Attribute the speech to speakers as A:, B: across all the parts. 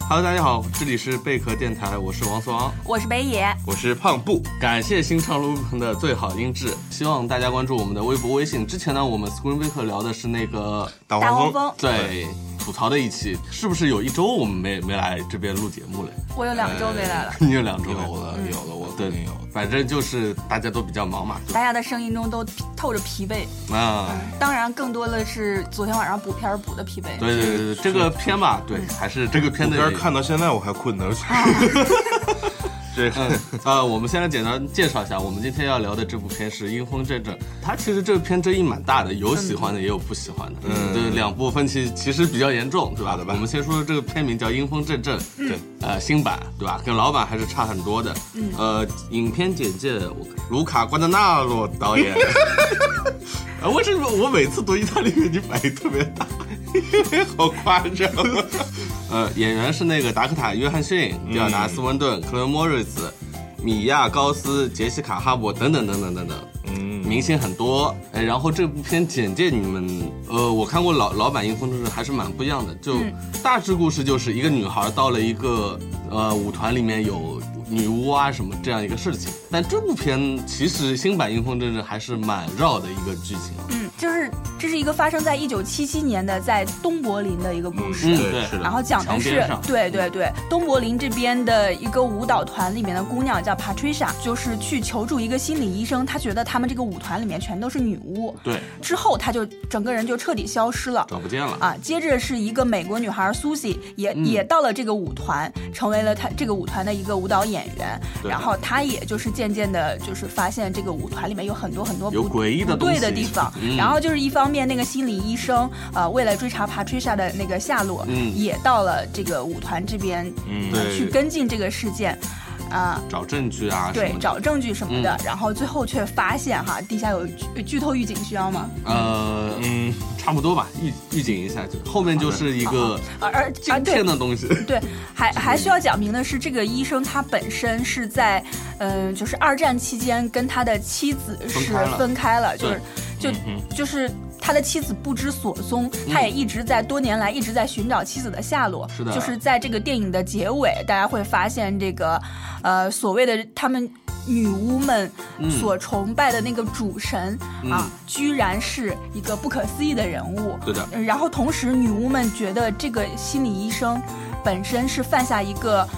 A: Hello，大家好，这里是贝壳电台，我是王思王，
B: 我是北野，
A: 我是胖布。感谢新唱录棚的最好音质，希望大家关注我们的微博、微信。之前呢，我们 Screen Baker 聊的是那个
C: 大
B: 大
C: 黄
B: 黄
C: 蜂，
B: 蜂，
A: 对吐槽的一期，是不是有一周我们没没来这边录节目嘞？
B: 我有两周没来了。
A: 你有两周
C: 有
A: 没来
C: 了有了，我
A: 对
C: 肯定有。，
A: 反正就是大家都比较忙嘛。啊
B: 大家的声音中都疲透着疲惫，
C: 哎
A: 那
B: 当然更多的是昨天晚上补片儿补的疲惫。
A: 对对对，对这个片吧，对，还是这个片
C: 那
A: 的
C: 边看到现在我还困呢，
A: 这个呃，我们先来简单介绍一下，我们今天要聊的这部片是《阴风阵阵》，它其实这个片争议蛮大的，有喜欢的也有不喜欢的，嗯，对，两部分歧其实比较严重，对吧
C: 好的？吧嗯
A: 我们先说说这个片名叫《阴风阵阵》，
C: 对，
A: 呃，新版对吧？跟老版还是差很多的。嗯，呃，影片简介，我看卢卡·关德纳洛导 演。啊，为什么我每次读意大利语你反应特别大？
C: 好夸张。
A: 呃，演员是那个达科塔·约翰逊、蒂尔达·斯温顿、克伦·莫瑞斯、米娅·高斯、杰西卡·哈伯等等等等等等。
C: 嗯，
A: 明星很多，哎，然后这部片简介你们，呃，我看过老老版《迎风阵阵》，还是蛮不一样的。就
B: 嗯
A: 大致故事就是一个女孩到了一个呃舞团里面有女巫啊什么这样一个事情，但这部片其实新版《迎风阵阵》还是蛮绕的一个剧情。啊
B: 嗯，就是这是一个发生在一九七七年的在东柏林的一个故事。
A: 嗯，
C: 对
A: 对，
C: 是的
B: 然后讲
A: 墙
B: 的是
A: 边上，
C: 嗯
B: 对对对，东柏林这边的一个舞蹈团里面的姑娘叫 Patricia，就是去求助一个心理医生，她觉得他们这个舞团里面全都是女巫，
A: 对，
B: 之后她就整个人就彻底消失了。
A: 找不见了。
B: 啊，接着是一个美国女孩 Susie，也、
A: 嗯
B: 也到了这个舞团，成为了她这个舞团的一个舞蹈演员。
A: 对
B: 然后她也就是渐渐的，就是发现这个舞团里面有很多很多
A: 有
B: 不
A: 诡异的
B: 不
A: 东
B: 对的
A: 西
B: 地方。
A: 嗯
B: 然后就是一方面，那个心理医生呃，为了追查 Patricia 的那个下落，
A: 嗯
B: 也到了这个舞团这边、
C: 嗯
B: 呃
A: 对
B: 去跟进这个事件。啊、
A: 找证据啊什
B: 对，
A: 么的。嗯
B: 找证据什么的，然后最后却发现哈，地下有剧剧透预警，需要吗？
A: 呃，
C: 嗯，
A: 差不多吧，预预警一下就，后面就是一个
B: 而而啊，
A: 惊
B: 对
A: 天，的东西。
B: 对，还还需要讲明的是，这个医生他本身是在，嗯、就是二战期间跟他的妻子是
A: 分开了
B: 分开了，就是就、
C: 嗯
B: 就是他的妻子不知所踪，他也一直在多年来一直在寻找妻子的下落。
A: 嗯是的
B: 就是在这个电影的结尾，大家会发现这个，呃，所谓的他们。女巫们
A: 嗯
B: 所崇拜的那个主神、啊
A: 嗯，
B: 居然是一个不可思议的人物。
A: 对的，
B: 呃然后同时，女巫们觉得这个心理医生本身是犯下一个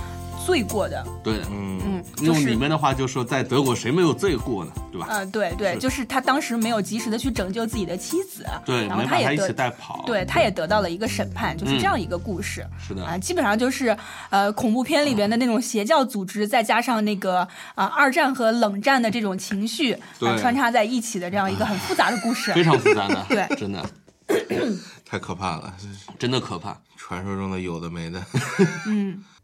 B: 罪过的，
A: 对的，
C: 嗯，
B: 嗯，就
A: 用
B: 是
A: 你们的话就说，在德国谁没有罪过呢？对吧？
B: 嗯、对对，就是他当时没有及时的去拯救自己的妻子，
A: 对，
B: 然后
A: 没
B: 他
A: 把他
B: 也
A: 一起
B: 得。
A: 带嗯跑。
B: 对，，他也得到了一个审判，就是这样一个故事、
A: 是的，
B: 啊，基本上就是，呃，恐怖片里边的那种邪教组织，再加上那个啊、二战和冷战的这种情绪，啊、
A: 对
B: 穿插在一起的这样一个很复杂的故事。
A: 非常复杂的，
B: 对
A: 真的
C: 太可怕了，这是
A: 真的可怕。
C: 传说中的有的没的。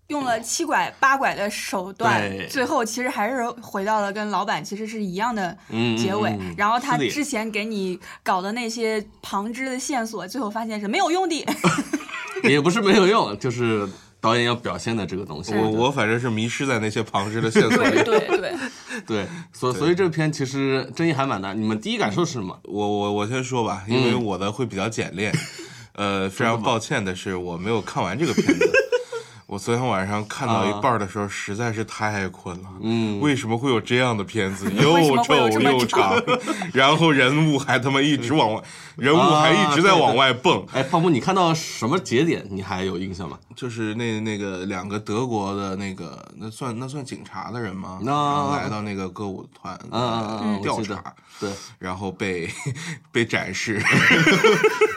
B: 用了七拐八拐的手段
A: 对，
B: 最后其实还是回到了跟老板其实是一样的
A: 嗯
B: 结尾。
A: 嗯嗯
B: 然后他
A: 是的
B: 之前给你搞的那些旁支的线索，最后发现是没有用的。
A: 也不是没有用，就是导演要表现的这个东
B: 嗯
A: 西。
C: 我我反正是迷失在那些旁支的线索里。
B: 对对，
A: 对，所所以这篇其实争议还蛮大。你们第一感受是什么？
C: 我我我先说吧，因为我的会比较简练。呃，非常抱歉的是，我没有看完这个片子。 我昨天晚上看到一半的时候，实在是太困了。嗯， 为什么会有这样的片子？
B: 为什
C: 又
B: 么会有这
C: 臭
B: 么
C: 又长，然后人物还他妈一直往外，人物还一直在往外蹦。
A: 哎，胖木，你看到什么节点你还有印象吗？
C: 就是那那个两个德国的那个，那算那算警察的人吗？
A: 啊
C: 然后来到那个歌舞团，
A: 嗯嗯嗯嗯，
C: 调
A: 我记得
C: 查，
A: 对，
C: 然后被 被展示。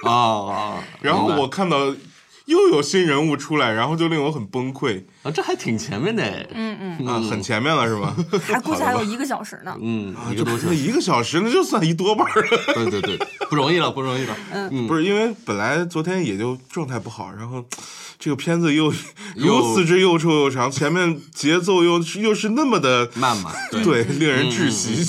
A: 哦哦，
C: 然后
A: 明白
C: 我看到又有新人物出来，然后就令我很崩溃
A: 啊，这还挺前面的，嗯
C: 啊，很前面了是 吧？
B: 还估计还有一个小时呢。
A: 嗯，
C: 啊
A: 一
C: 这
A: 个多
C: 不
A: 小
C: 是
A: 时，
C: 一个小时，那就算一多半儿了。
A: 对对对，不容易了，不容易了，嗯，
C: 不是因为本来昨天也就状态不好，然后这个片子又
A: 又
C: 如此之又臭又长，前面节奏又是又是那么的
A: 慢嘛，对，
C: 对，令人窒息。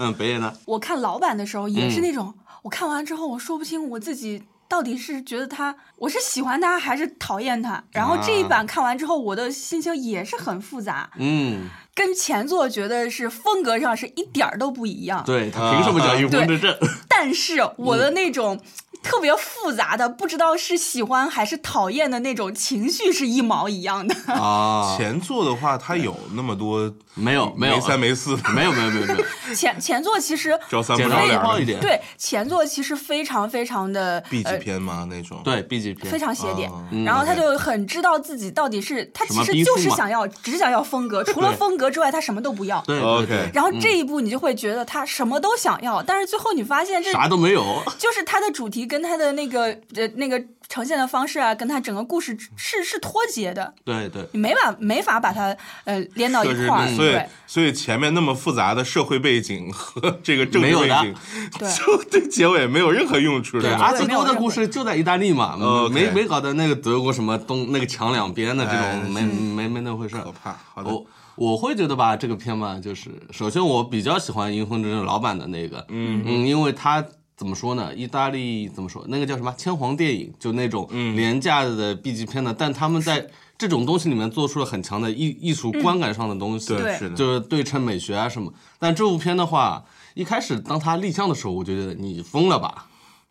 A: 嗯，北野呢？
B: 我看老版的时候也是那种，我看完之后我说不清我自己。到底是觉得他，我是喜欢他还是讨厌他？然后这一版看完之后，我的心情也是很复杂，
A: 嗯，
B: 跟前作觉得是风格上是一点儿都不一样。
A: 对他凭什么叫一
B: 对
A: 风之阵？
B: 但是我的那种特别复杂的，不知道是喜欢还是讨厌的那种情绪是一毛一样的。
A: 啊，
C: 前作的话，它有那么多
A: 没有没有啊
C: 没三没四的，
A: 没有没有没有没有，
B: 前前作其实
C: 招三不
A: 简
C: 招
A: 单粗
C: 两
A: 暴一
C: 的
A: 点，哎
B: 对前作其实非常非常的
C: B 级
B: 呃
C: 片嘛那种。
A: 对 B 级片
B: 非常写点
C: 哦，
B: 然后他
C: OK
B: 就很知道自己到底是他
A: 什
B: 其
A: 么
B: 实
A: 逼
B: 就
A: 数
B: 是
A: 嘛
B: 想要只想要风 格，除了
A: 对
B: 风格之外他什么都不要。
A: 对嗯对
C: OK
A: 对，
B: 然后这一步你就会觉得他什么都想要，但是最后你发现这
A: 啥都没有，
B: 就是它的主题跟它的那个呃那个呈现的方式啊，跟它整个故事是是脱节的，
A: 对对。
B: 你没法没法把它呃连到一
C: 就是
B: 块儿。
C: 那所以
B: 对，
C: 所以前面那么复杂的社会背景和这个政治
A: 没有
C: 背
A: 的
C: 景，
B: 对
C: 就对结尾没有任何用处，
A: 对，
C: 是
A: 阿
C: 吧？
A: 基多的故事就在意大利嘛，
C: OK
A: 没没搞到那个德国什么东那个墙两边的这
C: 哎
A: 种，没没没那回事儿
C: 可。怕，好的，
A: 我我会觉得吧，这个片吧，就是首先我比较喜欢《银魂之刃》老版的那个，嗯嗯，因为它怎么说呢，意大利怎么说，那个叫什么千皇电影，就那种
C: 嗯
A: 廉价的 B 级片的，但他们在这种东西里面做出了很强的艺艺术
C: 嗯
A: 观感上的东西，
B: 对
C: 是的，
A: 就是对称美学啊什么。但这部片的话，一开始当他立项的时候，我就觉得你疯了吧，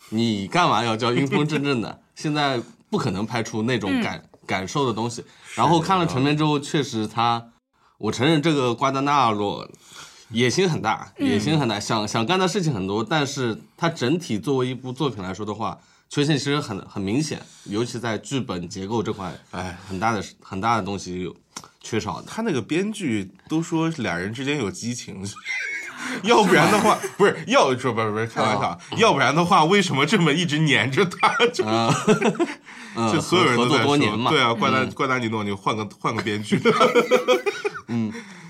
A: 你干嘛要叫阴风阵阵的？ 现在不可能拍出那种感、感受的东西。然后看了成片之后，确实他，我承认这个瓜达纳洛野心很大，野心很大，想想干的事情很多，但是它整体作为一部作品来说的话。缺陷其实很很明显，尤其在剧本结构这块，
C: 哎，
A: 很大的很大的东西有缺少的。
C: 他那个编剧都说俩人之间有激情， 要不然的话，不是要说不是不是开玩笑啊，要不然的话，为什么这么一直黏着他？ 就
A: 啊，嗯
C: 就所有人
A: 合
C: 都
A: 作
C: 在
A: 多
C: 说
A: 年嘛，
C: 对啊，怪达怪达尼诺，你换个换个编剧，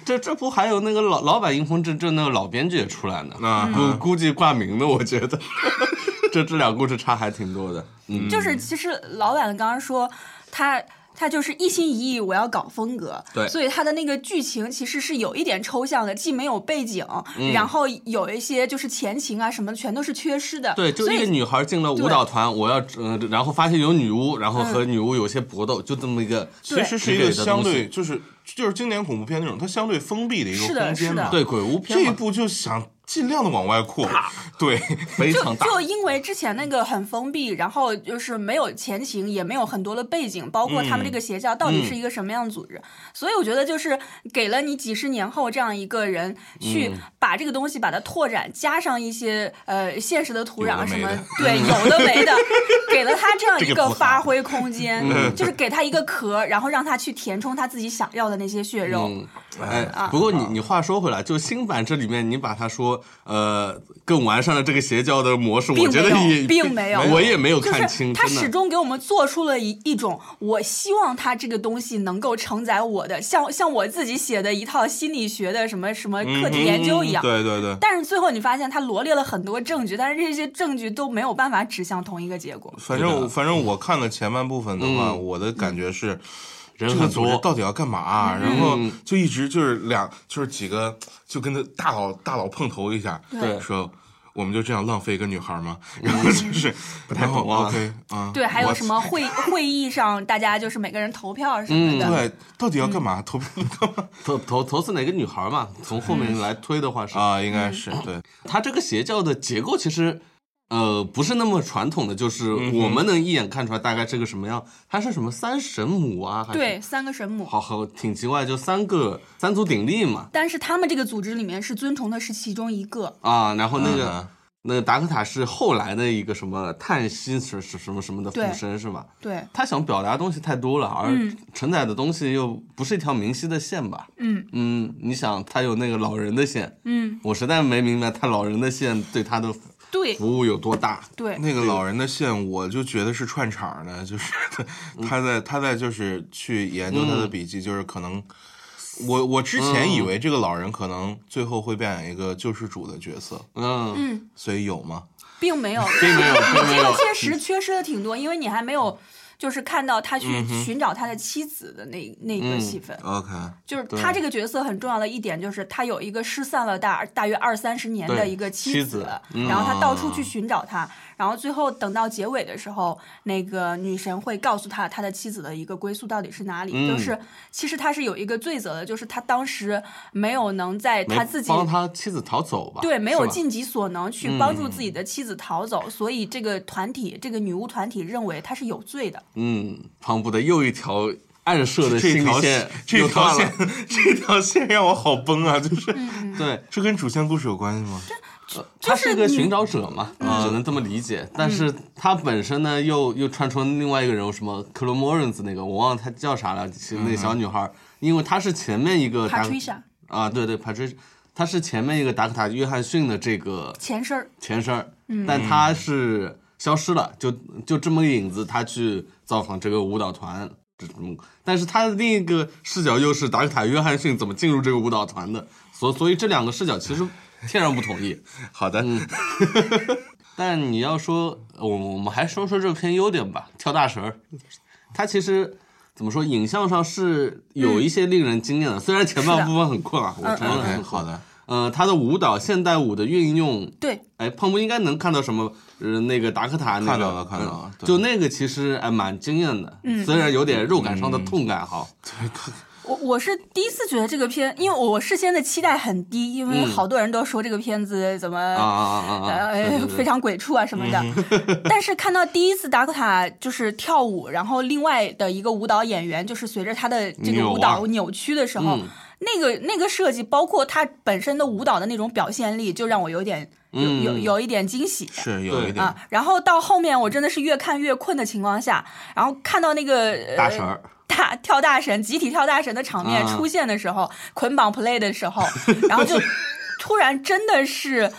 A: 这这不还有那个老老版《迎风阵阵》那个老编剧也出来呢，
C: 啊
A: 估估计挂名的，我觉得 这这俩故事差还挺多的。嗯，
B: 就是其实老板刚刚说他。他就是一心一意，我要搞风格，
A: 对
B: 所以他的那个剧情其实是有一点抽象的，既没有背景，
A: 嗯
B: 然后有一些就是前情啊什么的，全都是缺失的。
A: 对，就
B: 所
A: 一
B: 以
A: 个女孩进了舞蹈团，我要嗯、然后发现有女巫，然后
B: 嗯
A: 和女巫有些搏斗，就这么一个，
B: 对
C: 其实是一个
A: 给的东西
C: 相对就是就是经典恐怖片那种，它相对封闭的一个
B: 是的
C: 空间
B: 是
C: 嘛
B: 的。
A: 对鬼屋
C: 这
A: 片
C: 一
A: 嘛，
C: 部就想尽量的往外扩，
B: 啊
C: 对，
A: 非
B: 就
A: 常大。
B: 就因为之前那个很封闭，然后就是没有前情，也没有很多的背景，包括
A: 嗯
B: 他们这个邪教到底是一个什么样的组织，所以我觉得就是给了你几十年后这样一个人去
A: 嗯
B: 把这个东西把它拓展，加上一些呃现实的土壤什么，对，有的 没的，给了他这样一
C: 这个
B: 个
C: 不好
B: 发挥空间，
A: 嗯
B: 就是给他一个壳，然后让他去填充他自己想要的那些血肉。
A: 嗯，
B: 啊
A: 哎，不过你你话说回来，就新版这里面，你把它说呃更完善了这个邪教的模式，我
B: 并
A: 觉得
B: 没有
A: 也
B: 并没有
A: 我也没有
B: 就
A: 看
B: 是
A: 清，
B: 他
A: 真的
B: 始终给我们做出了一一种，我希望他这个东西能够承载我的，像像我自己写的一套心理学的什么什么
A: 嗯
B: 课题研究一样。
C: 嗯对对对。
B: 但是最后你发现他罗列了很多证据，但是这些证据都没有办法指向同一个结果。
C: 反正反正我看了前半部分的话，我的感觉是，
A: 嗯人
C: 这个
A: 很
C: 组织
A: 多，嗯
C: 到底要干嘛、
B: 嗯
C: 啊然后就一直就是两就是几个就跟他大佬大佬碰头一下，
A: 对
C: 说我们就这样浪费一个女孩吗？然后就是，然后
A: 懂啊
C: OK 啊，
B: 嗯对，还有
C: 我
B: 什么会会议上大家就是每个人投票什么
A: 嗯
B: 的。
C: 对，到底要
B: 嗯
C: 干嘛？投
A: 投投投资哪个女孩嘛？从后
B: 嗯
A: 面来推的话是，
C: 啊，应该是对，
A: 它这个邪教的结构其实，呃，不是那么传统的，就是我们能一眼看出来大概是个什么样。它是什么三神母啊？还是
B: 对，，三个神母。
A: 好好挺奇怪，就三个三足鼎立嘛
B: 但是他们这个组织里面是尊崇的是其中一个，
A: 啊，然后那个。
C: 嗯
A: 那个达科塔是后来的一个什么叹息是是什么什么的附
B: 对嗯
A: 身是吧？
B: 对，
A: 他想表达的东西太多了，而承载的东西又不是一条明晰的线吧？
B: 嗯
A: 嗯，你想他有那个老人的线，
B: 嗯，
A: 我实在没明白他老人的线对他的
B: 对，
A: 服务有多大。
B: 对，
C: 那个老人的线，我就觉得是串场的，就是
A: 嗯
C: 他在他在就是去研究他的笔记，就是可能我我之前
A: 嗯
C: 以为这个老人可能最后会扮演一个救世主的角色，
A: 嗯，
C: 所以有吗？
B: 并没有。
A: 并没有，并没
B: 这个
A: 有。
B: 确实缺失的挺多，因为你还没有就是看到他去
A: 嗯
B: 寻找他的妻子的那、那个戏份。
C: OK，
B: 就是他这个角色很重要的一点，就是他有一个失散了大大约二三十年的
A: 对
B: 一个妻
A: 妻
B: 子，
A: 子嗯
B: 然后他到处去寻找他，然后最后等到结尾的时候，那个女神会告诉他他的妻子的一个归宿到底是哪里。
A: 嗯
B: 就是其实他是有一个罪责的，就是他当时没有能在
A: 没
B: 他自己
A: 帮他妻子逃走吧？
B: 对，没有
A: 是吧嗯
B: 尽己所能去帮助自己的妻子逃走，所以这个团体，这个女巫团体认为她是有罪的。
A: 嗯，庞布的又一条暗射的
C: 这
A: 心理
C: 条
A: 线
C: 线，这
A: 又
C: 条
A: 断
C: 线
A: 了。，
C: 这条线让我好崩啊！就是
A: 对，呃
C: 这跟主线故事有关系吗？
A: 他
B: 就是
A: 是个
B: 你嗯
A: 寻找者嘛，只能这么理解。但是他本身呢，又又串出另外一个人物，什么克罗莫伦斯那个，我忘了他叫啥了，是那
C: 嗯
A: 小女孩，因为她是前面一个达
B: Patricia
A: 啊，对对，Patricia，她是前面一个达克塔约翰逊的这个
B: 前身儿，
A: 前身儿，
B: 嗯
A: 但她是消失了，就就这么个影子，她去造访这个舞蹈团。这么，但是她的另一个视角又是达克塔约翰逊怎么进入这个舞蹈团的，所所以这两个视角其 实天然不统一。
C: 好的，
A: 但你要说，呃我我们还说说这篇优点吧，跳大神儿，它其实怎么说，影像上是有一些令人惊艳的，虽然前
B: 嗯是
A: 半
B: 的嗯
A: 部分很困啊，我承认
C: OK，
A: 很
C: 好的。
A: 呃，他的舞蹈现代舞的运用，
B: 对，
A: 哎，胖不应该能看到什么？呃，那个达科塔那个
C: 看到了看到了
A: 嗯
C: 对嗯
A: 就那个其实哎蛮惊艳的，
B: 嗯
A: 虽然有点肉感上的痛感哈，
B: 我我是第一次觉得这个片，因为我事先的期待很低，因为好多人都说这个片子怎么、
A: 嗯啊啊啊啊啊，对
B: 呃
A: 对
B: 嗯非常鬼畜啊什么
A: 嗯
B: 的， 但是看到第一次达科塔就是跳舞，然后另外的一个舞蹈演员就是随着他的这个
C: 扭啊
B: 舞蹈扭曲的时候，
A: 嗯
B: 那个那个设计，包括他本身的舞蹈的那种表现力，就让我有点有
A: 嗯
B: 有有一点惊喜。
C: 是有
A: 对
C: 一点
B: 啊，然后到后面我真的是越看越困的情况下，然后看到那个、呃、
A: 大神儿，
B: 大跳大神、集体跳大神的场面
A: 啊
B: 出现的时候，捆绑 play 的时候，然后就突然真的是，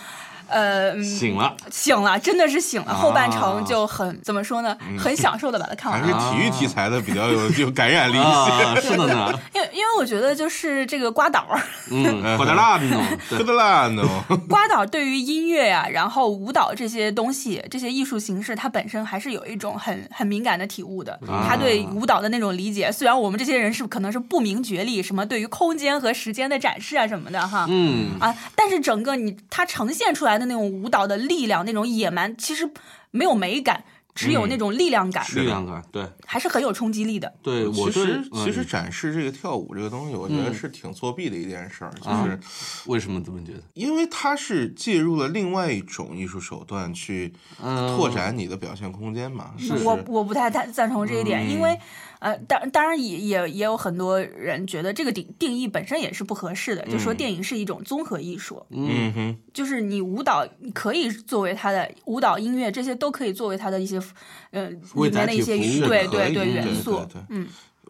B: 呃，嗯
A: 醒了，
B: 醒了，真的是醒了。后半
A: 啊
B: 程就很怎么说呢，很享受的把它看
C: 还
B: 完
C: 是
B: 了。
C: 体育题材的比较有有感染力一些。
A: 啊，是的呢，
B: 因为因为我觉得就是这个瓜导儿，
A: 嗯，火得辣的呢，对
C: 喝的烂呢，
B: 瓜导对于音乐呀、然后舞蹈这些东西、这些艺术形式，他本身还是有一种很很敏感的体悟的。他对舞蹈的那种理解，虽然我们这些人是可能是不明觉厉，什么对于空间和时间的展示啊什么的哈，
A: 嗯。
B: 啊，但是整个你它呈现出来的那种舞蹈的力量、那种野蛮，其实没有美感，只有那种力量感，
A: 力量感，对
B: 还是很有冲击力的。
A: 对，我
C: 呃其
A: 对
C: 实
A: 嗯
C: 其实展示这个跳舞这个东西，我觉得是挺作弊的一件事儿，
A: 啊
C: 就是
A: 为什么这么觉得？
C: 因为它是介入了另外一种艺术手段去
A: 嗯
C: 拓展你的表现空间嘛，是不
B: 嗯我
C: 是？
B: 我不太赞赞同这一点，因为呃，当当然也也也有很多人觉得这个定定义本身也是不合适的，就说电影是一种综合艺术，
C: 嗯哼，
B: 就是你舞蹈你可以作为它的舞蹈、音乐这些都可以作为它的一些呃
A: 为
B: 里面
A: 载
B: 的
A: 体
B: 一些
A: 服务的
C: 是
B: 对
C: 可
B: 对
C: 以
B: 对
C: 的
B: 元素
C: 对，对，嗯，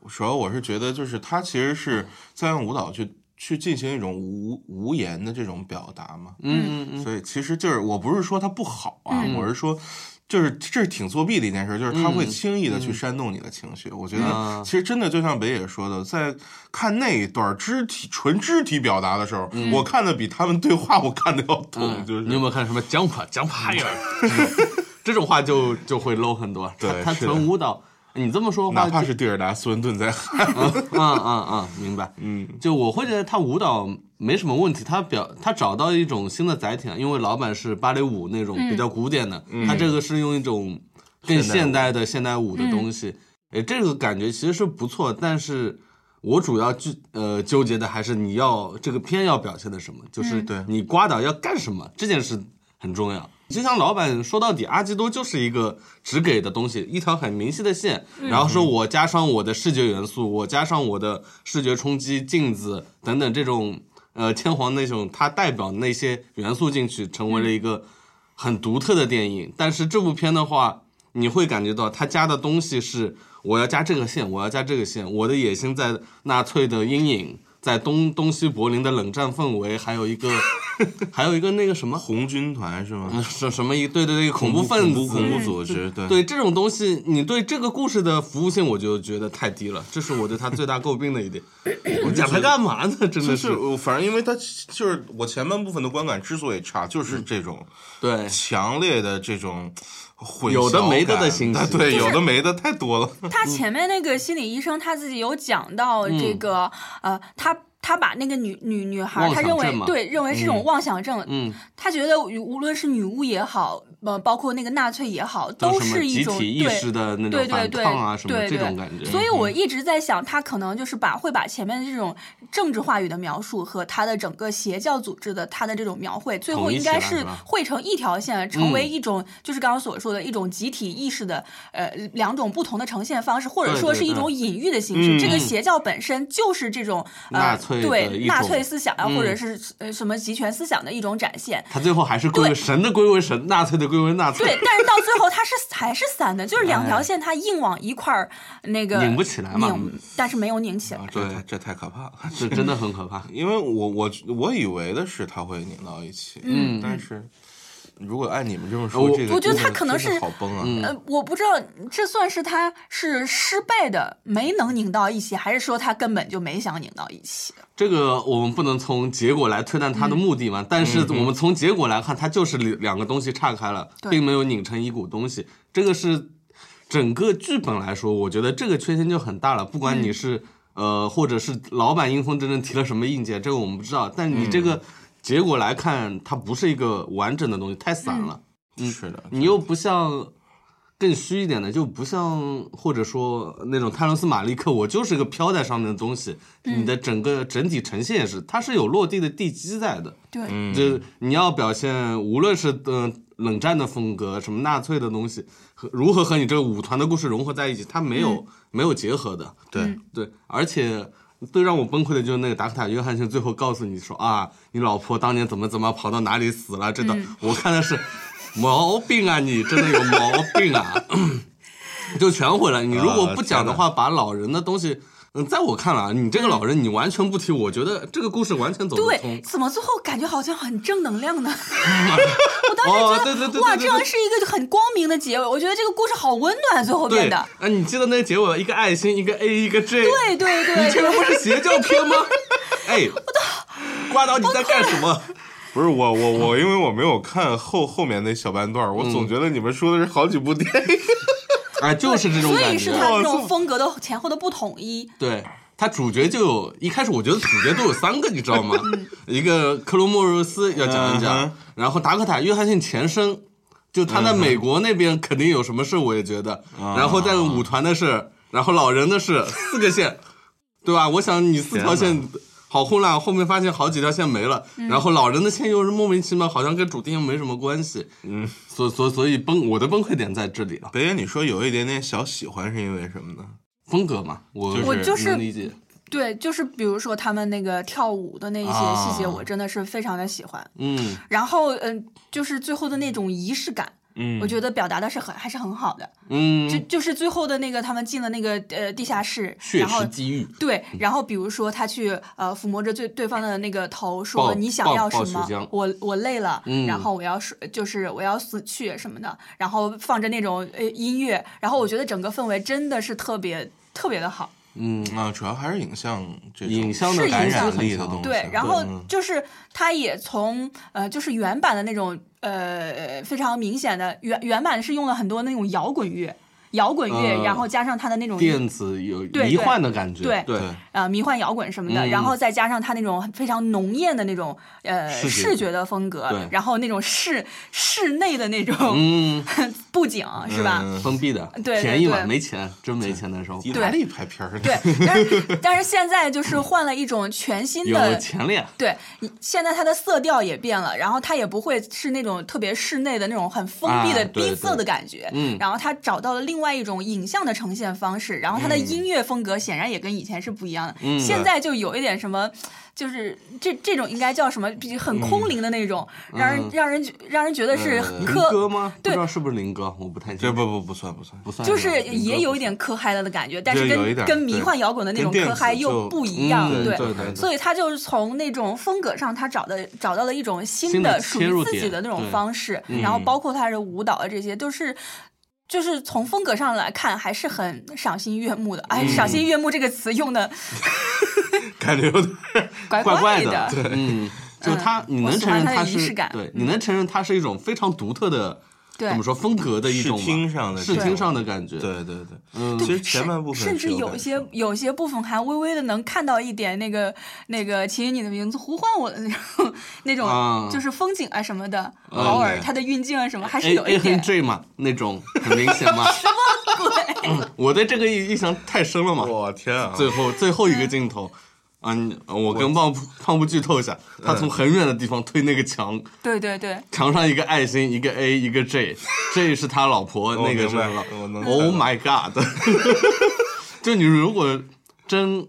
C: 主要我是觉得就是它其实是在用舞蹈去去进行一种无无言的这种表达嘛，
A: 嗯嗯嗯，嗯
C: 所以其实就是我不是说它不好啊，我是说。就是这是挺作弊的一件事，就是它会轻易的
A: 嗯
C: 去煽动你的情绪。我觉
A: 啊
C: 得其实真的就像北野说的，在看那一段肢体纯肢体表达的时候，我看的比他们对话 我看的要痛，
A: 嗯
C: 就是
A: 你有没有看什么 jump jump higher？这种话就就会 low 很多。
C: 对
A: 他他
C: 是的
A: 纯舞蹈，你这么说的
C: 哪
A: 话，
C: 怕是蒂尔达·斯文 顿在喊，
A: 啊啊啊，明白。嗯，就我会觉得他舞蹈没什么问题，他表他找到一种新的载体了，啊因为老板是芭蕾舞那种比较古典的，他这个是用一种更嗯现代的现代舞的东西，哎，这个感觉其实是不错，但是。我主要纠呃纠结的还是你要这个片要表现的什么，就是
C: 对
A: 你瓜导要干什么、这件事很重要。就像老板说到底，阿基多就是一个只给的东西，一条很明晰的线，然后说我加上我的视觉元素，我加上我的视觉冲击、镜子等等这种呃天皇那种，它代表那些元素进去，成为了一个很独特的电影。但是这部片的话，你会感觉到它加的东西是我要加这个线，我要加这个线，我的野心在纳粹的阴影，在东东西柏林的冷战氛围，还有一个还有一个那个什么呃
C: 红军团是吗？
A: 什什么一对对对恐怖嗯分子嗯
C: 恐怖组织，对
A: 对这种东西，你对这个故事的服务性，我就觉得太低了，这是我对他最大诟病的一点。我讲他干嘛呢？真的
C: 是，反正因为他就是我前半部分的观感之所以差，
A: 嗯
C: 就是这种
A: 对
C: 强烈的这种。混
A: 有的没的的
C: 形
A: 式，
C: 对，有的没的太多了。
A: 嗯
B: 他前面那个心理医生他自己有讲到这个，
A: 嗯
B: 呃，他他把那个女女女孩，他认为对，认为是种妄想症。
A: 嗯，
B: 他觉得无论是女巫也好，呃，包括那个纳粹也好，
A: 都
B: 是一种
A: 集体意识的那种反抗啊什么这种感觉。嗯
B: 所以我一直在想，他可能就是把会把前面的这种政治话语的描述和他的整个邪教组织的他的这种描绘，最后应该是汇成一条线，成
A: 嗯
B: 为一种就是刚刚所说。的一种集体意识的呃两种不同的呈现方式，或者说是一种隐喻的形式。
A: 对对对
B: 这个邪教本身就是这种、
A: 嗯、
B: 呃
A: 对
B: 纳粹思想啊，
A: 嗯、
B: 或者是呃什么集权思想的一种展现。
A: 他最后还是归为神的归为神，纳粹的归为纳粹。
B: 对，但是到最后它是还是散的，就是两条线它硬往一块儿那个
A: 哎拧不起来嘛，嗯
B: 拧，但是没有拧起来。
C: 啊、
A: 对
C: 这这太可怕了，
A: 这真的很可怕。
C: 因为我我我以为的是他会拧到一起，
B: 嗯，
C: 但是。如果按你们这么说，这个
B: 我觉得他可能是
C: 好崩啊！
A: 嗯
B: 呃，我不知道这算是他是失败的，没能拧到一起，还是说他根本就没想拧到一起？
A: 这个我们不能从结果来推断他的目的
B: 嗯
A: 嘛，但是我们从结果来看，他就是两个东西岔开了，
B: 对
A: 并没有拧成一股东西。这个是整个剧本来说，我觉得这个缺陷就很大了。不管你
B: 嗯
A: 是、呃，或者是老板阴风真正提了什么意见，这个我们不知道，但你这
B: 嗯
A: 个结果来看，它不是一个完整的东西，太散了。
C: 是的，
A: 你又不像更虚一点的，就不像或者说那种泰伦斯·马利克，我就是个飘在上面的东西。你的整个整体呈现也是，它是有落地的地基在的。
B: 对，
A: 就是你要表现，无论是呃冷战的风格，什么纳粹的东西，和如何和你这个舞团的故事融合在一起，它没有、没有结合的。
C: 对，
A: 对，而且最让我崩溃的就是那个达克塔·约翰逊最后告诉你说啊，你老婆当年怎么怎么跑到哪里死了，这个、我看的是毛病啊你，真的有毛病啊，就全毁了。你如果不讲的话，把老人的东西。嗯，在我看来啊，你这个老人，你完全不提，我觉得这个故事完全走不
B: 对，
A: 通。
B: 怎么最后感觉好像很正能量呢？我当
A: 哦
B: 时觉
A: 对对对
B: 得，
A: 对
B: 哇，
A: 对对
B: 这样是一个很光明的结尾。我觉得这个故事好温暖，最后
A: 对，
B: 变得。
A: 啊，你记得那个结尾，一个爱心，一个 A，一个 J，
B: 对对
A: 你这
B: 对，
A: 个不是邪教片 吗？哎，瓜导你在干什么？
C: 不是我我我，因为我没有看后 后面那小半段，我总觉得你们说的是好几部电影。
A: 哎，就是这种
B: 所
A: 感
B: 以
A: 觉
B: 是。他这种风格的前后的不统一。
A: 对他主角就有一开始我觉得主角都有三个，你知道吗？
B: 嗯
A: 一个克罗莫柔斯要讲一讲，
C: 嗯哼
A: 然后达科塔·约翰逊前身，就他在美国那边肯定有什么事，我也觉得。
C: 嗯
A: 然后再有舞团的事，然后老人的事，四个线，对吧？我想你四条
C: 天
A: 线。好混乱，后面发现好几条线没了，
B: 嗯
A: 然后老人的线又是莫名其妙，好像跟主题又没什么关系，嗯，所所所以崩，我的崩溃点在这里了，
C: 北野，你说有一点点小喜欢是因为什么呢？
A: 风格嘛，我
C: 就是我
B: 就是
A: 能理解，
B: 对，就是比如说他们那个跳舞的那一些细节，
A: 啊
B: 我真的是非常的喜欢。
A: 嗯，
B: 然后，嗯，就是最后的那种仪式感，
C: 嗯
B: 我觉得表达的是很还是很好的。
A: 嗯，
B: 就就是最后的那个他们进了那个呃地下室，
A: 血
B: 然后
A: 池嗯机遇，
B: 对，然后比如说他去呃抚摸着对对方的那个头，说
A: 抱
B: 你想
A: 抱
B: 要
A: 抱
B: 什
A: 血
B: 么
A: 浆？
B: 我我累了，
A: 嗯
B: 然后我要睡，就是我要死去什么的，然后放着那种呃音乐，然后我觉得整个氛围真的是特别特别的好。
A: 嗯，
C: 啊，主要还是影像这种
A: 影像的
B: 是
C: 感
B: 影像
C: 染力的东西。
B: 对，然后
C: 嗯
B: 就是他也从呃，就是原版的那种呃非常明显的原原版是用了很多那种摇滚乐，摇滚乐，
A: 呃
B: 然后加上他的那种
A: 电子有
B: 对
A: 迷幻的感觉，
B: 对
A: 对
C: 对
B: 呃迷幻摇滚什么的，
A: 嗯
B: 然后再加上他那种非常浓艳的那种呃
A: 视觉
B: 视觉的风格
A: 对，
B: 然后那种室室内的那种
A: 嗯，
B: 布景是吧？
C: 嗯
A: 封闭的，
B: 对
A: 便宜
B: 对
A: 嘛，没钱，真没钱的时候，
C: 意大利拍片儿，
B: 对，但是但是现在就是换了一种全新
A: 有
B: 的。
A: 前列，
B: 对，你现在它的色调也变了，然后它也不会是那种特别室内的那种很封闭的
A: 啊对
B: 逼仄的感觉，
A: 嗯
B: 然后它找到了另另外一种影像的呈现方式，然后它的音乐风格显然也跟以前是不一样的。
A: 嗯
B: 现在就有一点什么，就是这这种应该叫什么，比很空灵的那种，让人让人让人觉得是
A: 呃灵
B: 科，
A: 歌吗？不
B: 对
A: 知道是不是灵歌，我不太 清
C: 这
A: 楚。
C: 不不不算不算，
A: 不算吧，
B: 就是
A: 灵歌
B: 也有一点科嗨了的感觉，但
C: 就是有一
B: 跟
C: 点
B: 跟
C: 对
B: 迷幻摇滚的那种
C: 跟电
B: 科嗨
C: 子
B: 又
C: 就
B: 不
A: 不算
B: 一样，
A: 嗯
B: 对。
A: 对对，
B: 所以他就是从那种风格上，他找的找到了一种新
A: 新
B: 的
A: 的
B: 属
A: 切
B: 于
A: 入
B: 自己
A: 点
B: 的那种
A: 对
B: 方式，
A: 嗯
B: 然后包括他的舞蹈啊这些，都是。就是从风格上来看，还是很赏心悦目的。
A: 嗯
B: 哎，赏心悦目这个词用的
C: 感觉有点
B: 怪
C: 怪怪
B: 的，
C: 的，对，
A: 嗯，就他，你
B: 我
A: 能
B: 喜
A: 承
B: 欢
A: 认
B: 它的
A: 它
B: 仪式
A: 是
B: 感
A: 对，你能承认它是一种非常独特的，
B: 对
A: 怎么说风格的一
C: 视
A: 种吧
C: 听上的
A: 视
C: 这
A: 听
C: 种
A: 上的感觉。，
C: 对对对，
A: 嗯
C: 其实
B: 甚
C: 前半部分
B: 甚
C: 是
B: 至
C: 有
B: 有
C: 感
B: 一些
C: 受的
B: 有些部分还微微的能看到一点那个那个，请以你的名字呼唤我的那种 那种，
A: 啊
B: 就是风景啊什么的，
A: 嗯哎
B: 偶尔
C: 对
B: 它的运镜啊什么，还是
A: A
B: 有一
A: A
B: 点
A: 和。J 嘛，那种很明显嘛。什么鬼？我对这个印印象太深了嘛。
C: 我天 啊！
A: 最后最后一个镜头，啊，你我跟胖不胖不剧透一下，
C: 嗯
A: 他从很远的地方推那个墙，
B: 对对对，
A: 墙上一个爱心，一个 A，一个 J，J 是他老婆，
C: 我
A: 那个
C: 哦明
A: 是
C: 白
A: 他老
C: 我能
B: 哦
A: Oh
C: 猜
A: my God！就你如果真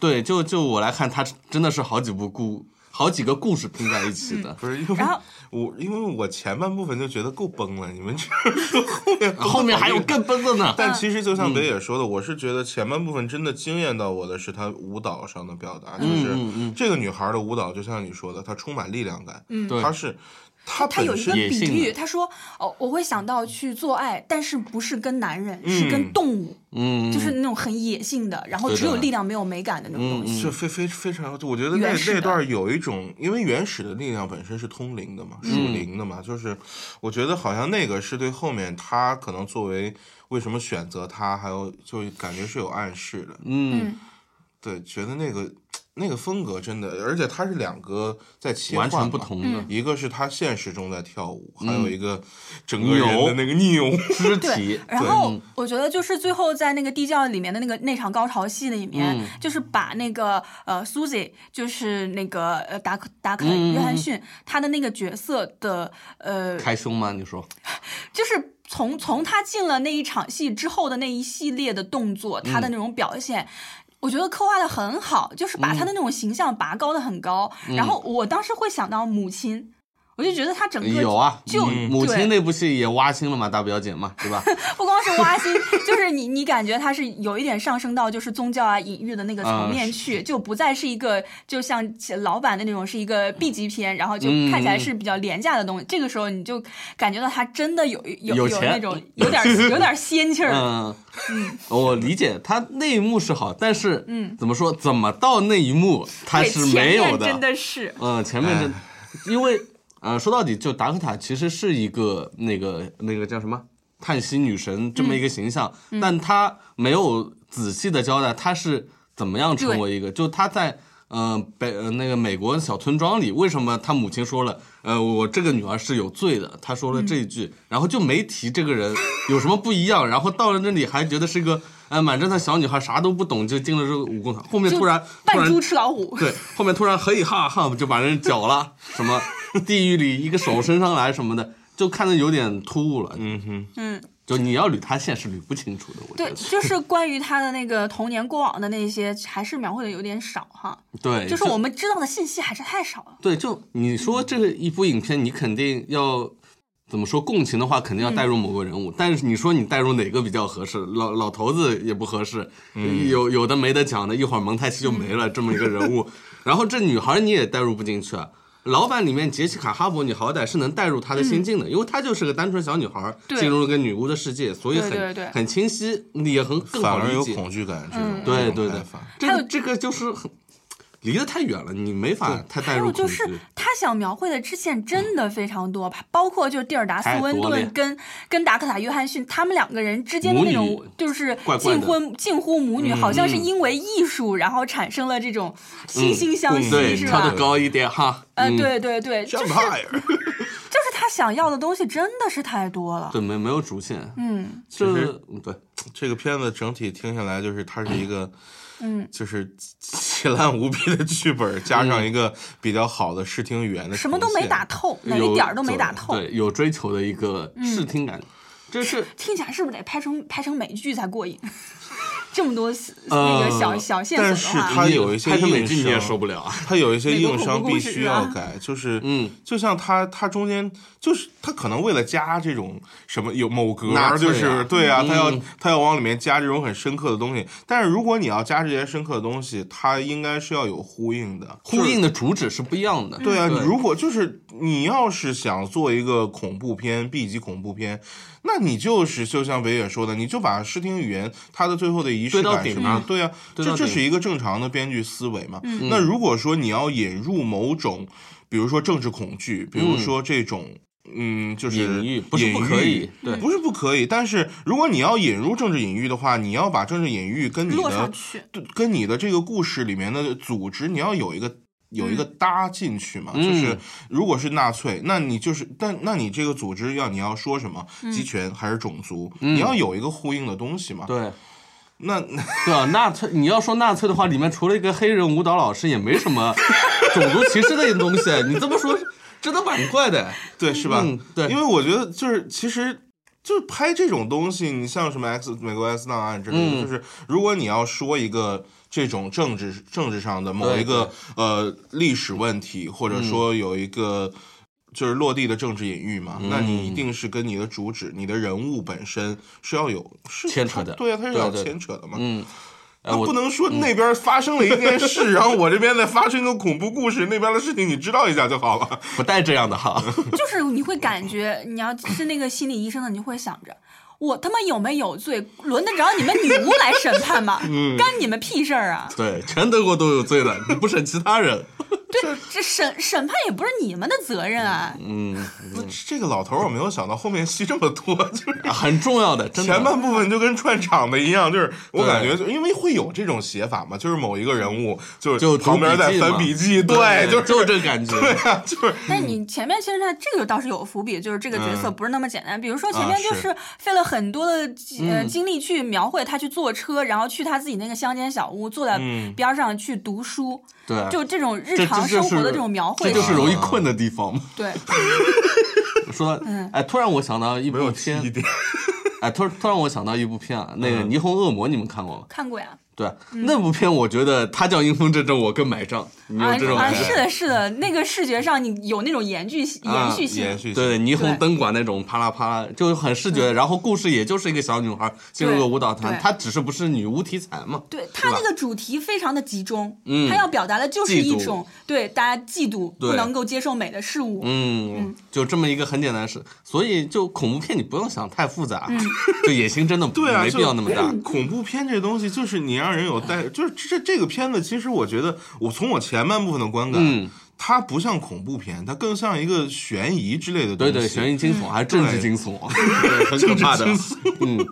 A: 对，就就我来看，他真的是好几部故好几个故事拼在一起的。
C: 不是因为
B: 然后
C: 我因为我前半部分就觉得够崩了，你们 这样说后面崩
A: 后面 还有
C: 好厉害
A: 更崩的呢，
C: 但其实就像北野说的，我是觉得前半部分真的惊艳到我的是她舞蹈上的表达，就是
A: 嗯嗯
C: 这个女孩的舞蹈，就像你说的，她充满力量感，
A: 对
C: 她是她
B: 他嗯有
C: 本
B: 一个
C: 身
A: 野
B: 比
A: 性
B: 喻，
A: 的
B: 他说：“哦，我会想到去做爱，但是不是跟男人，是
C: 嗯
B: 跟动物，
A: 嗯，
B: 就是那种很野性的，然后
A: 对
B: 只有
A: 的嗯
B: 力量没有美感的那种东西。嗯
C: 是非非非常，我觉得那
B: 原始的
C: 那段有一种，因为原始的力量本身是通灵的嘛，属灵的嘛，就是我觉得好像那个是对后面她可能作为为什么选择她，还有就感觉是有暗示的，
A: 嗯
C: 对，觉得那个那个风格真的，而且它是两个在切换
A: 完
C: 嘛
A: 全不同
B: 嗯
A: 的
C: 一个是他现实中在跳舞，还有一个整个人
A: 扭
C: 的那个 扭，
A: 肢
B: 对
A: 体，，
B: 然
A: 嗯
B: 后我觉得就是最后在那个地窖里面的那个那场高潮戏里面，
A: 嗯
B: 就是把那个呃 Susie，就是那个呃达克达克
A: 嗯嗯嗯
B: 约翰逊、他的那个角色的呃，
A: 开胸吗？你说？
B: 就是从从他进了那一场戏之后的那一系列的动作，他的那种表现。我觉得刻画的很好，就是把他的那种形象拔高的很高。然后我当时会想到母亲，我就觉得他整个
A: 有啊，
B: 就
A: 嗯母
B: 对
A: 亲那部戏也挖心了嘛，大表姐嘛，对吧？
B: 不光是挖心， 就是你你感觉它是有一点上升到就是宗教啊隐喻的那个层面去，就不再是一个就像老版的那种是一个 B 级片，然后就看起来是比较廉价的东西。这个时候你就感觉到它真的有有
A: 有
B: 有
A: 钱
B: 那种有 点有点仙气儿了。
A: 嗯，我理解他那一幕是好，但是嗯，怎么说？怎么到那一幕他
B: 对，
A: 是
B: 前
A: 没有
B: 面真的是，
A: 嗯，前面这，因为呃，说到底，就达科塔其实是一个那个那个叫什么叹息女神这
B: 嗯
A: 么一个形象，但她没有仔细的交代她是怎么样成为一个，就她在。呃，北呃那个美国小村庄里，为什么她母亲说了，呃，我这个女儿是有罪的，她说了这
B: 嗯
A: 一句，然后就没提这个人有什么不一样，然后到了那里还觉得是个呃满镇的小女孩，啥都不懂，就进了这个武工团，后面
B: 就
A: 突然突
B: 扮
A: 然
B: 猪吃老虎。
A: 对，后面突然嘿哈哈就把人绞了，什么地狱里一个手伸上来什么的，就看着有点突兀了。
C: 嗯哼，
B: 嗯，
A: 就你要捋他线是捋不清楚的，我觉
B: 对，
A: 得。
B: 就是关于他的那个童年过往的那些，还是描绘的有点少哈。
A: 对，
B: 就是我们知道的信息还是太少了。
A: 对，就你说
B: 嗯
A: 这一部影片，你肯定要怎么说共情的话，肯定要带入某个人物。
B: 嗯
A: 但是你说你带入哪个比较合适？老老头子也不合适，
B: 嗯
A: 有有的没得讲的，一会儿蒙太奇就没了、这么一个人 物。然后这女孩你也带入不进去啊。老版里面杰西卡·哈伯，你好歹是能带入她的心境的，因为她就是个单纯小女孩，
B: 嗯对
A: 进入了个女巫的世界，所以
B: 对
A: 很
B: 对对
A: 很清晰，也很更
C: 反
A: 好
C: 而
A: 理
C: 有
A: 解。
C: 恐惧感这种、
A: 对
C: 这种
A: 对对
C: 看法，
A: 这
B: 还
A: 个
B: 有
A: 这个就是很离得太远了，你没法太带
B: 还有
A: 入
B: 就
A: 恐
B: 是
A: 惧。嗯
B: 他想描绘的支线真的非常多，包括就是蒂尔达·斯
A: 太
B: 温
A: 多了
B: 顿
A: 呀
B: 跟跟达克塔·约翰逊他们两个人之间的
A: 母
B: 那种
A: 女
B: 就是
A: 怪怪
B: 近
A: 的嗯
B: 婚近乎母女，好像是因为艺术然后产生了这种惺惺相
C: 嗯
B: 惜，
A: 对，
B: 是
A: 跳
B: 吧
A: 的？高一点哈。
B: 呃，
A: 嗯，
B: 对对对，就是就
C: Vampire
B: 是他想要的东西真的是太多了。
A: 对，没没有主线，
B: 嗯，
A: 这
C: 实
A: 嗯对，
C: 这个片子整体听下来就是它是一个。
B: 嗯，
C: 就是奇烂无比的剧本，加上一个比较好的视听语言的呈现，
B: 什么都没打透，哪一嗯
A: 有
B: 点儿都没打
A: 对
B: 透。
A: 对，有追求的一个视听感。这是
B: 听起来是不是得拍成拍成美剧才过瘾？ 这么多那个小、
A: 呃
B: 小线索
C: 但
B: 的
C: 是
B: 话，
C: 它有一些
A: 拍成美
C: 硬
A: 剧你也受
C: 伤，
A: 不了啊。
C: 它有一些
B: 美国
C: 硬
B: 恐
C: 伤
B: 怖
C: 必
B: 故事
C: 须
B: 啊
C: 要改，就是
A: 嗯，
C: 就像它它中间就是它可能为了加这种什么有某格
A: 纳
C: 儿，
A: 粹啊
C: 就是对啊，
A: 嗯
C: 它要它要往里面加这种很深刻的东西。但是如果你要加这些深刻的东西，它应该是要有呼应的，
A: 呼应的主旨是不一样的。
C: 对啊，
B: 嗯
C: 你如果就是你要是想做一个恐怖片 B 级恐怖片，那你就是就像北野说的，你就把视听语言它的最后的仪
A: 对
C: 式
A: 到
C: 感
A: 顶
C: 什么的
A: 啊
C: 对啊，
A: 对
C: 这
A: 到
C: 这
A: 顶嗯
C: 是一个正常的编剧思维嘛。那如果说你要引入某种，比如说政治恐惧，比如说这种。嗯就是
A: 隐喻不是
C: 隐
A: 不可以
C: 喻
A: 对
C: 不是不可以。但是如果你要引入政治隐喻的话，你要把政治隐喻跟你
B: 落
C: 的
B: 上去，
C: 对，跟你的这个故事里面的组织，你要有一个。有一个搭进去嘛，就是
A: 嗯
C: 如果是纳粹，那你就是，但那你这个组织要你要说什么，集权还是种族，你要有一个呼应的东西嘛。
A: 嗯对
C: 那
A: 对啊，纳粹你要说纳粹的话，里面除了一个黑人舞蹈老师，也没什 么种族歧视的东西。你这么说，真的蛮怪的。
C: 对是吧
A: 嗯？对
C: 因为我觉得就是其实。就是拍这种东西，你像什么 X 美国 X 档案之类的，
A: 嗯
C: 就是如果你要说一个这种政治政治上的某
A: 对嗯
C: 一个呃历史问题，或者说有一个就是落地的政治隐喻嘛，那
A: 嗯
C: 你一定是跟你的主旨、你的人物本身是要有是
A: 牵扯的
C: 对啊，它是要
A: 对对
C: 牵扯的嘛。
A: 嗯，哎
C: 那
A: 我
C: 不能说那边发生了一件事，然后我这边再发生个恐怖故事，那边的事情你知道一下就好了。
A: 不带这样的 哈。
B: 就是你会感觉，你要是那个心理医生的，你就会想着。我他妈有没有罪？轮得着你们女巫来审判 吗？
C: 嗯
B: 干你们屁事儿啊！
A: 对，全德国都有罪的，你不审其他人。
B: 对，这审审判也不是你们的责任
C: 嗯
B: 啊！
C: 不
A: 嗯
C: 这个老头儿我没有想到后面戏这么多，就是
A: 很重要的，真的。
C: 前半部分就跟串场的一样，就是我
A: 对
C: 感觉就因为会有这种写法嘛，就是某一个人物就是
A: 就
C: 旁边在翻笔记，对，
A: 就是就这感觉。
C: 对 啊，就是
A: 嗯
B: 但是你前面其实他这个倒是有伏笔，就是这个角色不是那么简单。比如说前
C: 啊
B: 面就是是费了很多的
A: 嗯
B: 呃精力去描绘他去坐车，然后去他自己那个乡间小屋，坐在边儿上去读书，
A: 对，啊
B: 就这种日
A: 嗯这这
B: 常
A: 就
B: 生活
A: 是
B: 的这种描绘，啊
A: 这就是容易困的地方嘛。
B: 对。
A: 说，
B: 嗯
A: 哎，突然我想到一
C: 没有
A: 部
C: 记忆
A: 片，
C: 点，
A: 哎，突然突然我想到一部片啊，那
C: 嗯
A: 个《霓虹恶魔》，你们看过吗？
B: 看过呀，
A: 对，啊
B: 嗯
A: 那部片我觉得它叫《阴风阵阵》，我更买账。 你有
B: 啊
A: 这种
B: 啊，
A: 感
B: 是
A: 觉？嗯啊
B: 的，是的，那个视觉上你有那种延续性延续性，
C: 延续性
A: 对，霓虹灯管那种啪啦啪啦，就很视觉。然后故事也就是一个小女孩进入
B: 嗯对
A: 了舞蹈团，
B: 对
A: 她只是不是女巫题材嘛？
B: 对他
A: 吧
B: 那个主题非常的集中，
A: 嗯
B: 他要表达的就是
A: 嫉妒
B: 一种对大家嫉妒
A: 对
B: 不能够接受美的事物，
A: 嗯，就这么一个很简单的事，所以就恐怖片你不用想太复杂，
B: 嗯
A: 就野心真的
C: 对啊，
A: 没
C: 就
A: 必要那么大。
C: 恐怖片这东西就是你让人有带，就是这这个片子，其实我觉得我从我前半部分的观感，
A: 嗯
C: 它不像恐怖片，它更像一个悬疑之类的东
A: 对对，
C: 西。
A: 悬疑惊悚还是政治
C: 对
A: 惊悚，嗯对很可 怕的
C: 政。
A: 嗯，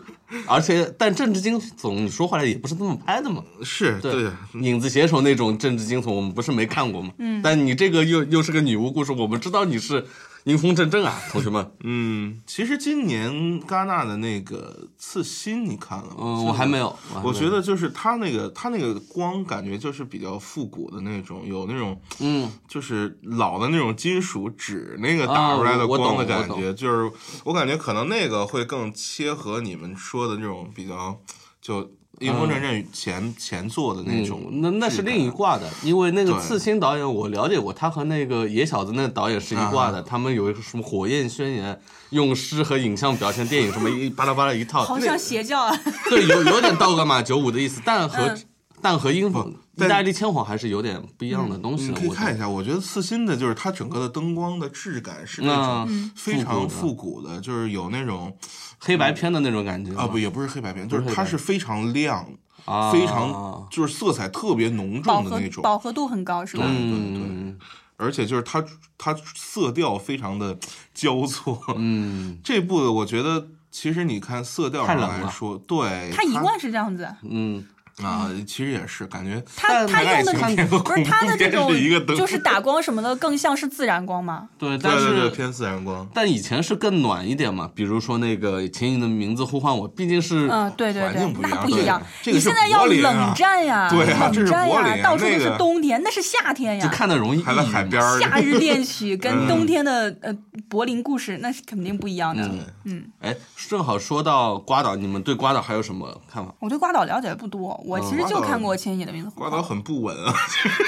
A: 而且但政治惊悚，你说回来也不是这么拍的嘛。
C: 是对啊。
A: 影子写手那种政治惊悚，我们不是没看过吗？嗯，但你这个又又是个女巫故事，我们知道你是阴风阵阵啊， 同学们。
C: 嗯，其实今年戛纳的那个刺心你看了吗？
A: 嗯，
C: 刺
A: 我还没有，还没
C: 我
A: 有
C: 觉，得就是它那个它那个光感觉就是比较复古的那种，有那种
A: 嗯，
C: 就是老的那种金属纸那个打出来的
A: 啊我我
C: 光的
A: 懂
C: 感
A: 我
C: 觉，就是我感觉可能那个会更切合你们说的这种比较就阴风阵阵前、前作的那种
A: 嗯，那那是
C: 质感
A: 另一挂的，因为那个
C: 对
A: 刺青导演我了解过，他和那个野小子那导演是一挂的，他们有一个什么火焰宣言，用诗和影像表现电影什么一巴拉巴拉一套，
B: 好
A: 那
B: 像邪教啊，
A: 对，有有点倒戈嘛，九五的意思，但和、
B: 嗯
A: 但和英风、
C: 但
A: 意大利千谎还是有点不一样
B: 嗯
A: 的东西
C: 你
A: 的。
C: 可以
A: 我
C: 看
A: 觉
C: 一下，我觉得刺心的就是它整个的灯光的质感是
A: 得
C: 那
A: 啊
C: 种非常
A: 复
C: 复古的，就是有那种
A: 黑白片的那种感觉
C: 啊不也不是黑白片，就
A: 不
C: 是
A: 是黑
C: 它
A: 白
C: 是非常亮，
A: 啊
C: 非常就是色彩特别浓
B: 饱
C: 重
B: 和
C: 的那种，
B: 饱和度很高是吧？
C: 对对对，
A: 嗯
C: 而且就是它它色调非常的交错，
A: 嗯
C: 这部我觉得。其实你看色调
A: 太
C: 上
A: 冷
C: 来
A: 了
C: 说，对
B: 他一贯是这样子，
A: 嗯，
C: 啊，其实也是感觉
B: 他
A: 但
B: 他用的
C: 爱情片和
B: 不是他的这
C: 恐
B: 种
C: 怖片是一个灯
B: 就是打光什么 的，更像是自然光嘛。
A: 对，
C: 对
A: 但
C: 对对
A: 是
C: 偏自然光，
A: 但以前是更暖一点嘛，比如说那个《请你的名字呼唤我》，毕竟是
B: 嗯，对对
C: 环
B: 对
C: 境，不一样
B: 那不一样
C: 对。这个
B: 你
C: 是
B: 现在要
C: 柏林啊
B: 冷战呀，
C: 对啊
B: 冷
C: 这是
B: 战
C: 柏林
B: 呀，
C: 啊
B: 到处都
C: 那
B: 是
C: 个
B: 冬天，那是夏天
A: 就
B: 呀。嗯
A: 看的容易抑郁
C: 还在海边儿，
B: 夏日恋曲跟冬天的呃柏林故事，那是肯定不一样的。
C: 嗯
A: 哎，正好说到瓜岛，你们对瓜岛还有什么看法？
B: 我对瓜岛了解的不多，我其实
C: 嗯瓜
B: 就
C: 岛
B: 看过《千与千寻的名字》。
C: 瓜岛很不稳啊，
A: 嗯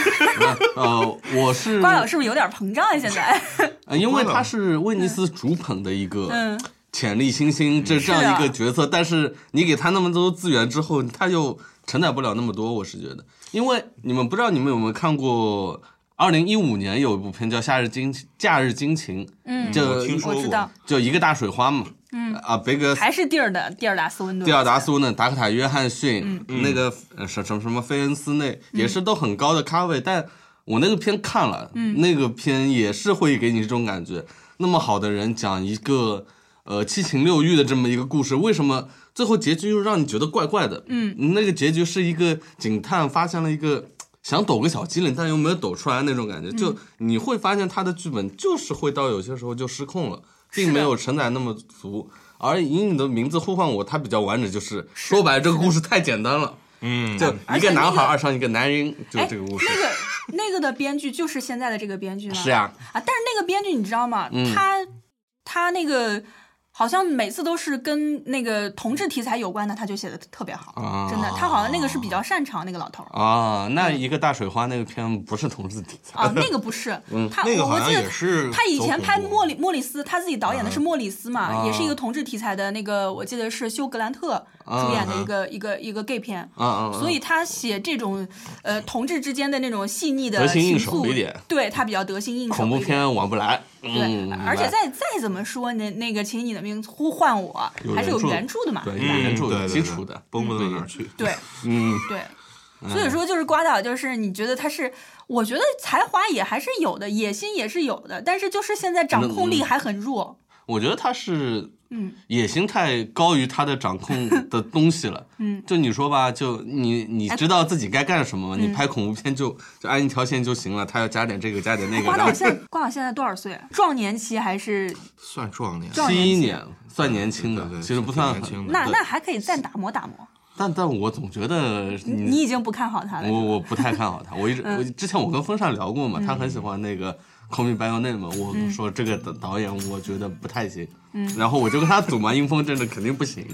A: 呃，我是
B: 瓜岛是不是有点膨胀啊？现在
A: 呃，因为他是威尼斯主捧的一个
B: 嗯
A: 潜力新星，这这样一
B: 是
A: 个
B: 啊
A: 角色，但是你给他那么多资源之后，他又承载不了那么多，我是觉得，因为你们不知道你们有没有看过。二零一五年有一部片叫《夏日惊假日惊情》，嗯，
C: 我听
A: 就
C: 说
B: 我知道
A: 就一个大水花嘛，嗯啊，贝格
B: 还是蒂尔的蒂尔达斯温顿。
A: 蒂尔达斯温顿、达科塔·约翰逊，那个呃什什么什么菲恩斯内，也是都很高的咖位。但我那个片看了，那个片也是会给你这种感觉。那么好的人讲一个呃七情六欲的这么一个故事，为什么最后结局又让你觉得怪怪的？嗯，那个结局是一个警探发现了一个。想抖个小机灵，但又没有抖出来那种感觉，
B: 嗯
A: 就你会发现他的剧本就是会到有些时候就失控了，并没有承载那么足。而以你的名字呼唤我，它比较完整，就是说白了，这个故事太简单了。
C: 嗯，
A: 就一
B: 而且
A: 个
B: 那
A: 男孩
B: 个
A: 爱上一个男人，就
B: 哎，
A: 这个故事。
B: 那个那个的编剧就是现在的这个编 剧吗？
A: 是啊，
B: 啊，但是那个编剧你知道吗？
A: 嗯
B: 他他那个好像每次都是跟那个同志题材有关的，他就写的特别好，
A: 啊
B: 哎真的。他好像那个是比较擅长那个老头儿
A: 啊，那一个大水花那个片不是同志题材，
B: 啊，那个不是，
A: 嗯
B: 他
C: 那个
B: 我
C: 好
B: 我
C: 像
B: 记
C: 也
B: 得。
C: 是
B: 他以前拍
C: 走
B: 莫里莫里斯，他自己导演的是莫里斯嘛，
A: 啊
B: 也是一个同志题材的那个，我记得是休格兰特主演的一个、一个一个 gay 片，
A: 啊啊，啊
B: 所以他写这种呃同志之间的那种细腻的
A: 得心应
B: 情
A: 手
B: 愫，
A: 一点
B: 对他比较得心应手
A: 恐怖
B: 一点。
A: 片晚不来。嗯
B: 对，而且
A: 明白
B: 再再怎么说呢，那个请你的名字呼唤我
A: 有
B: 还是有
A: 原著
B: 原著的嘛，
A: 对
C: 嗯
A: 原著
C: 对
A: 有
C: 对
A: 基
C: 对
A: 础的
C: 崩不到哪儿去。
B: 对
A: 嗯，
B: 对。所以说，就是瓜岛，就是你觉得他是，我觉得才华也还是有的，野心也是有的，但是就是现在掌控力
A: 嗯
B: 还很弱。
A: 我觉得他是
B: 嗯
A: 野心太高于他的掌 控的东西了。
B: 嗯，哎
A: 就你说吧，就你你知道自己该干什么吗？你
B: 嗯
A: 拍恐怖片就就按一条线就行了，他要加点这个加点那个，
B: 瓜
A: 然后
B: 岛现 在瓜岛现在多少岁？壮年期还是
C: 算壮年，
B: 壮
A: 七一
B: 年期
A: 年算年轻的
C: 对，对
A: 其实不算
C: 挺年轻
A: 很。
C: 的
B: 那
A: 嗯对
B: 那还可以再打磨打磨。
A: 但但我总觉得
B: 你嗯
A: 你嗯
B: 已经不看好他了，
A: 我我不太看好他。我一直我之前我跟风扇聊过嘛，
B: 嗯
A: 他很喜欢那个《Call Me by Your Name》，我说这个导导演我觉得不太行。
B: 嗯
A: 然后我就跟他赌嘛，英风真的肯定不行。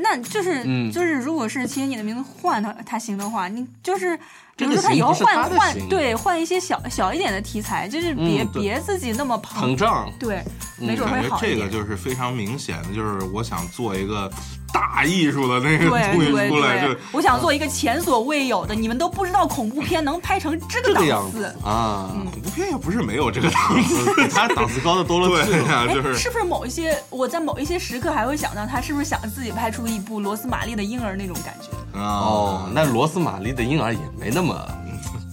B: 那就是、就是，如果是亲你的名字换他他行的话，你就是比
A: 这
B: 如
A: 个
B: 说他
A: 行
B: 以后
A: 不是他
B: 换
A: 的行
B: 换对换一些小小一点的题材，就是别、
A: 嗯对
B: 别自己那么
A: 膨
B: 膨，
A: 胀，
B: 对，没准
C: 嗯感
B: 会
C: 觉
B: 好一
C: 这
B: 点。
C: 个就是非常明显的，就是我想做一个大艺术的那个
B: 对
C: 东西
B: 对
C: 出来，
B: 对
C: 就，
B: 我想做一个前所未有的，你们都不知道恐怖片能拍成这个
A: 这个样
B: 档
A: 子
B: 次。
A: 啊，
B: 嗯
C: 恐怖片也不是没有这个档次，
A: 比他档次高的多了去
C: 对
A: 了。
C: 呀，
B: 哎
C: 就，是
B: 是不是某一些我在某一些时刻还会想到他是不是想自己拍出一部罗斯玛丽的婴儿那种感觉
C: 啊
A: 哦，那罗斯玛丽的婴儿也没那么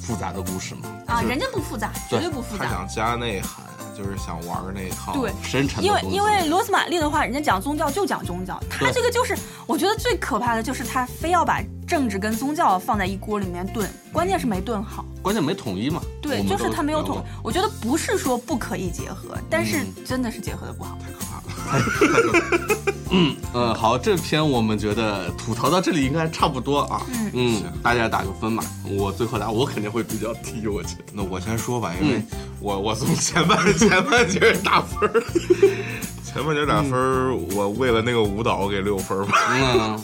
A: 复杂的故事嘛，
B: 啊？
C: 是
B: 人家不复杂，
A: 对
B: 绝对不复
C: 他
B: 杂。
C: 想加内涵，就是想玩儿那一套。
B: 对，
A: 深沉的
B: 因为
A: 东西
B: 因为罗斯玛丽的话，人家讲宗教就讲宗教，他
A: 对
B: 这个就是我觉得最可怕的就是他非要把政治跟宗教放在一锅里面炖，关键是没炖好。
A: 关键没统一嘛。
B: 对，
A: 我们
B: 就是
A: 都
B: 他没有
A: 聊过
B: 统，我觉得不是说不可以结合，但是真的是结合的不好。
A: 嗯，好，这篇我们觉得吐槽到这里应该差不多啊。
B: 嗯
A: 嗯，大家打个分吧。我最后来，我肯定会比较低，我觉得。
C: 那我先说吧，
A: 嗯
C: 因为我我从前半前半截儿打分儿，前半截儿打分儿，我为了那个舞蹈，我给六分儿吧。
A: 嗯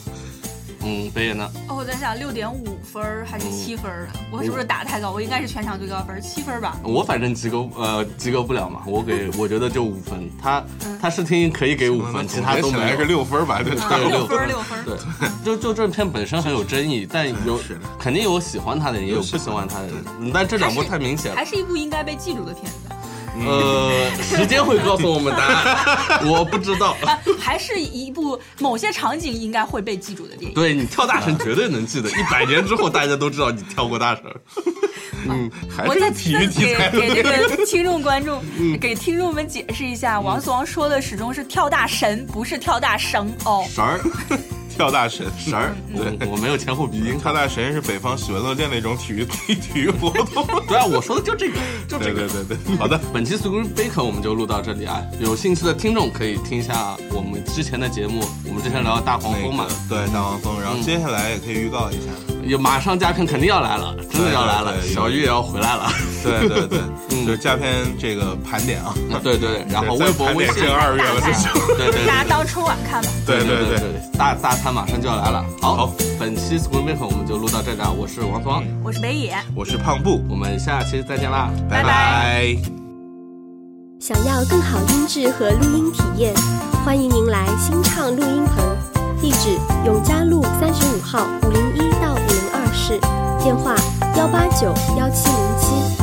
A: 嗯，北野呢？
B: 哦，我在想六点五分还
A: 嗯
B: 是七分？啊我是不是打太高？我应该是全场最高分，七分吧。
A: 我反正及格呃及格不了嘛，我给我觉得就五分。他
B: 嗯
A: 他试听可以给五分，其他都
C: 总结起
A: 没
C: 来是
A: 有。
C: 六分儿吧？对，
B: 啊，
A: 对
B: 六
A: 六
B: 分
A: 分
B: 儿六分儿。
A: 对，就就这片本身很有争议，但有
C: 是的
A: 肯定有喜欢他的人，也有不喜欢他的人。嗯但这两部太明显了
B: 还。是哎一部应该被记住的片子，
A: 呃，时间会告诉我们答 案，我不知道。
B: 啊，还是一部某些场景应该会被记住的电影。
A: 对你跳大神绝对能记得，一百年之后大家都知道你跳过大神。
C: 还
B: 我
C: 是
B: 再
C: 个体育题
B: 再
C: 材
B: 给给这个 听众观众、
C: 嗯
B: 给听众们解释一下，王思王说的始终是跳大神，不是跳大绳哦。
A: 神儿，
C: 跳大神神儿，
B: 嗯
C: 对。
A: 嗯我我没有前后鼻 音。
C: 跳大神是北方喜闻乐见的一种体育体育活动，
A: 对啊，我说的就这个，就这
C: 对
A: 个。
C: 对对对，好的，
A: 本期 Screen Baker 我们就录到这里啊，有兴趣的听众可以听一下我们之前的节目，我们之前聊的大黄蜂嘛
C: 那个，嗯对大黄蜂，然后接下来也可以预告一下，
A: 也马上加片肯定要来了，真的要来了，
C: 对对对
A: 小玉也要回来了。
C: 对对对，就是佳片这个盘点啊，
A: 对对，然后微博、
C: 盘
A: 微
C: 点
A: 信，
C: 这二月了，这是
A: 对对对
B: 大家当春晚看吧。
C: 对
A: 对
C: 对对，
A: 对，大大餐马上就要来了。好
C: 好，嗯
A: 本期 School Maker 我们就录到这儿了，我是王聪，
B: 我是北野，
C: 我是胖布，
A: 我们下期再见啦。
B: 拜拜
C: 拜。
D: 想要更好音质和录音体验，欢迎您来新畅录音棚，地址永嘉路三十五号五零一到五零二室，电话幺八九幺七零七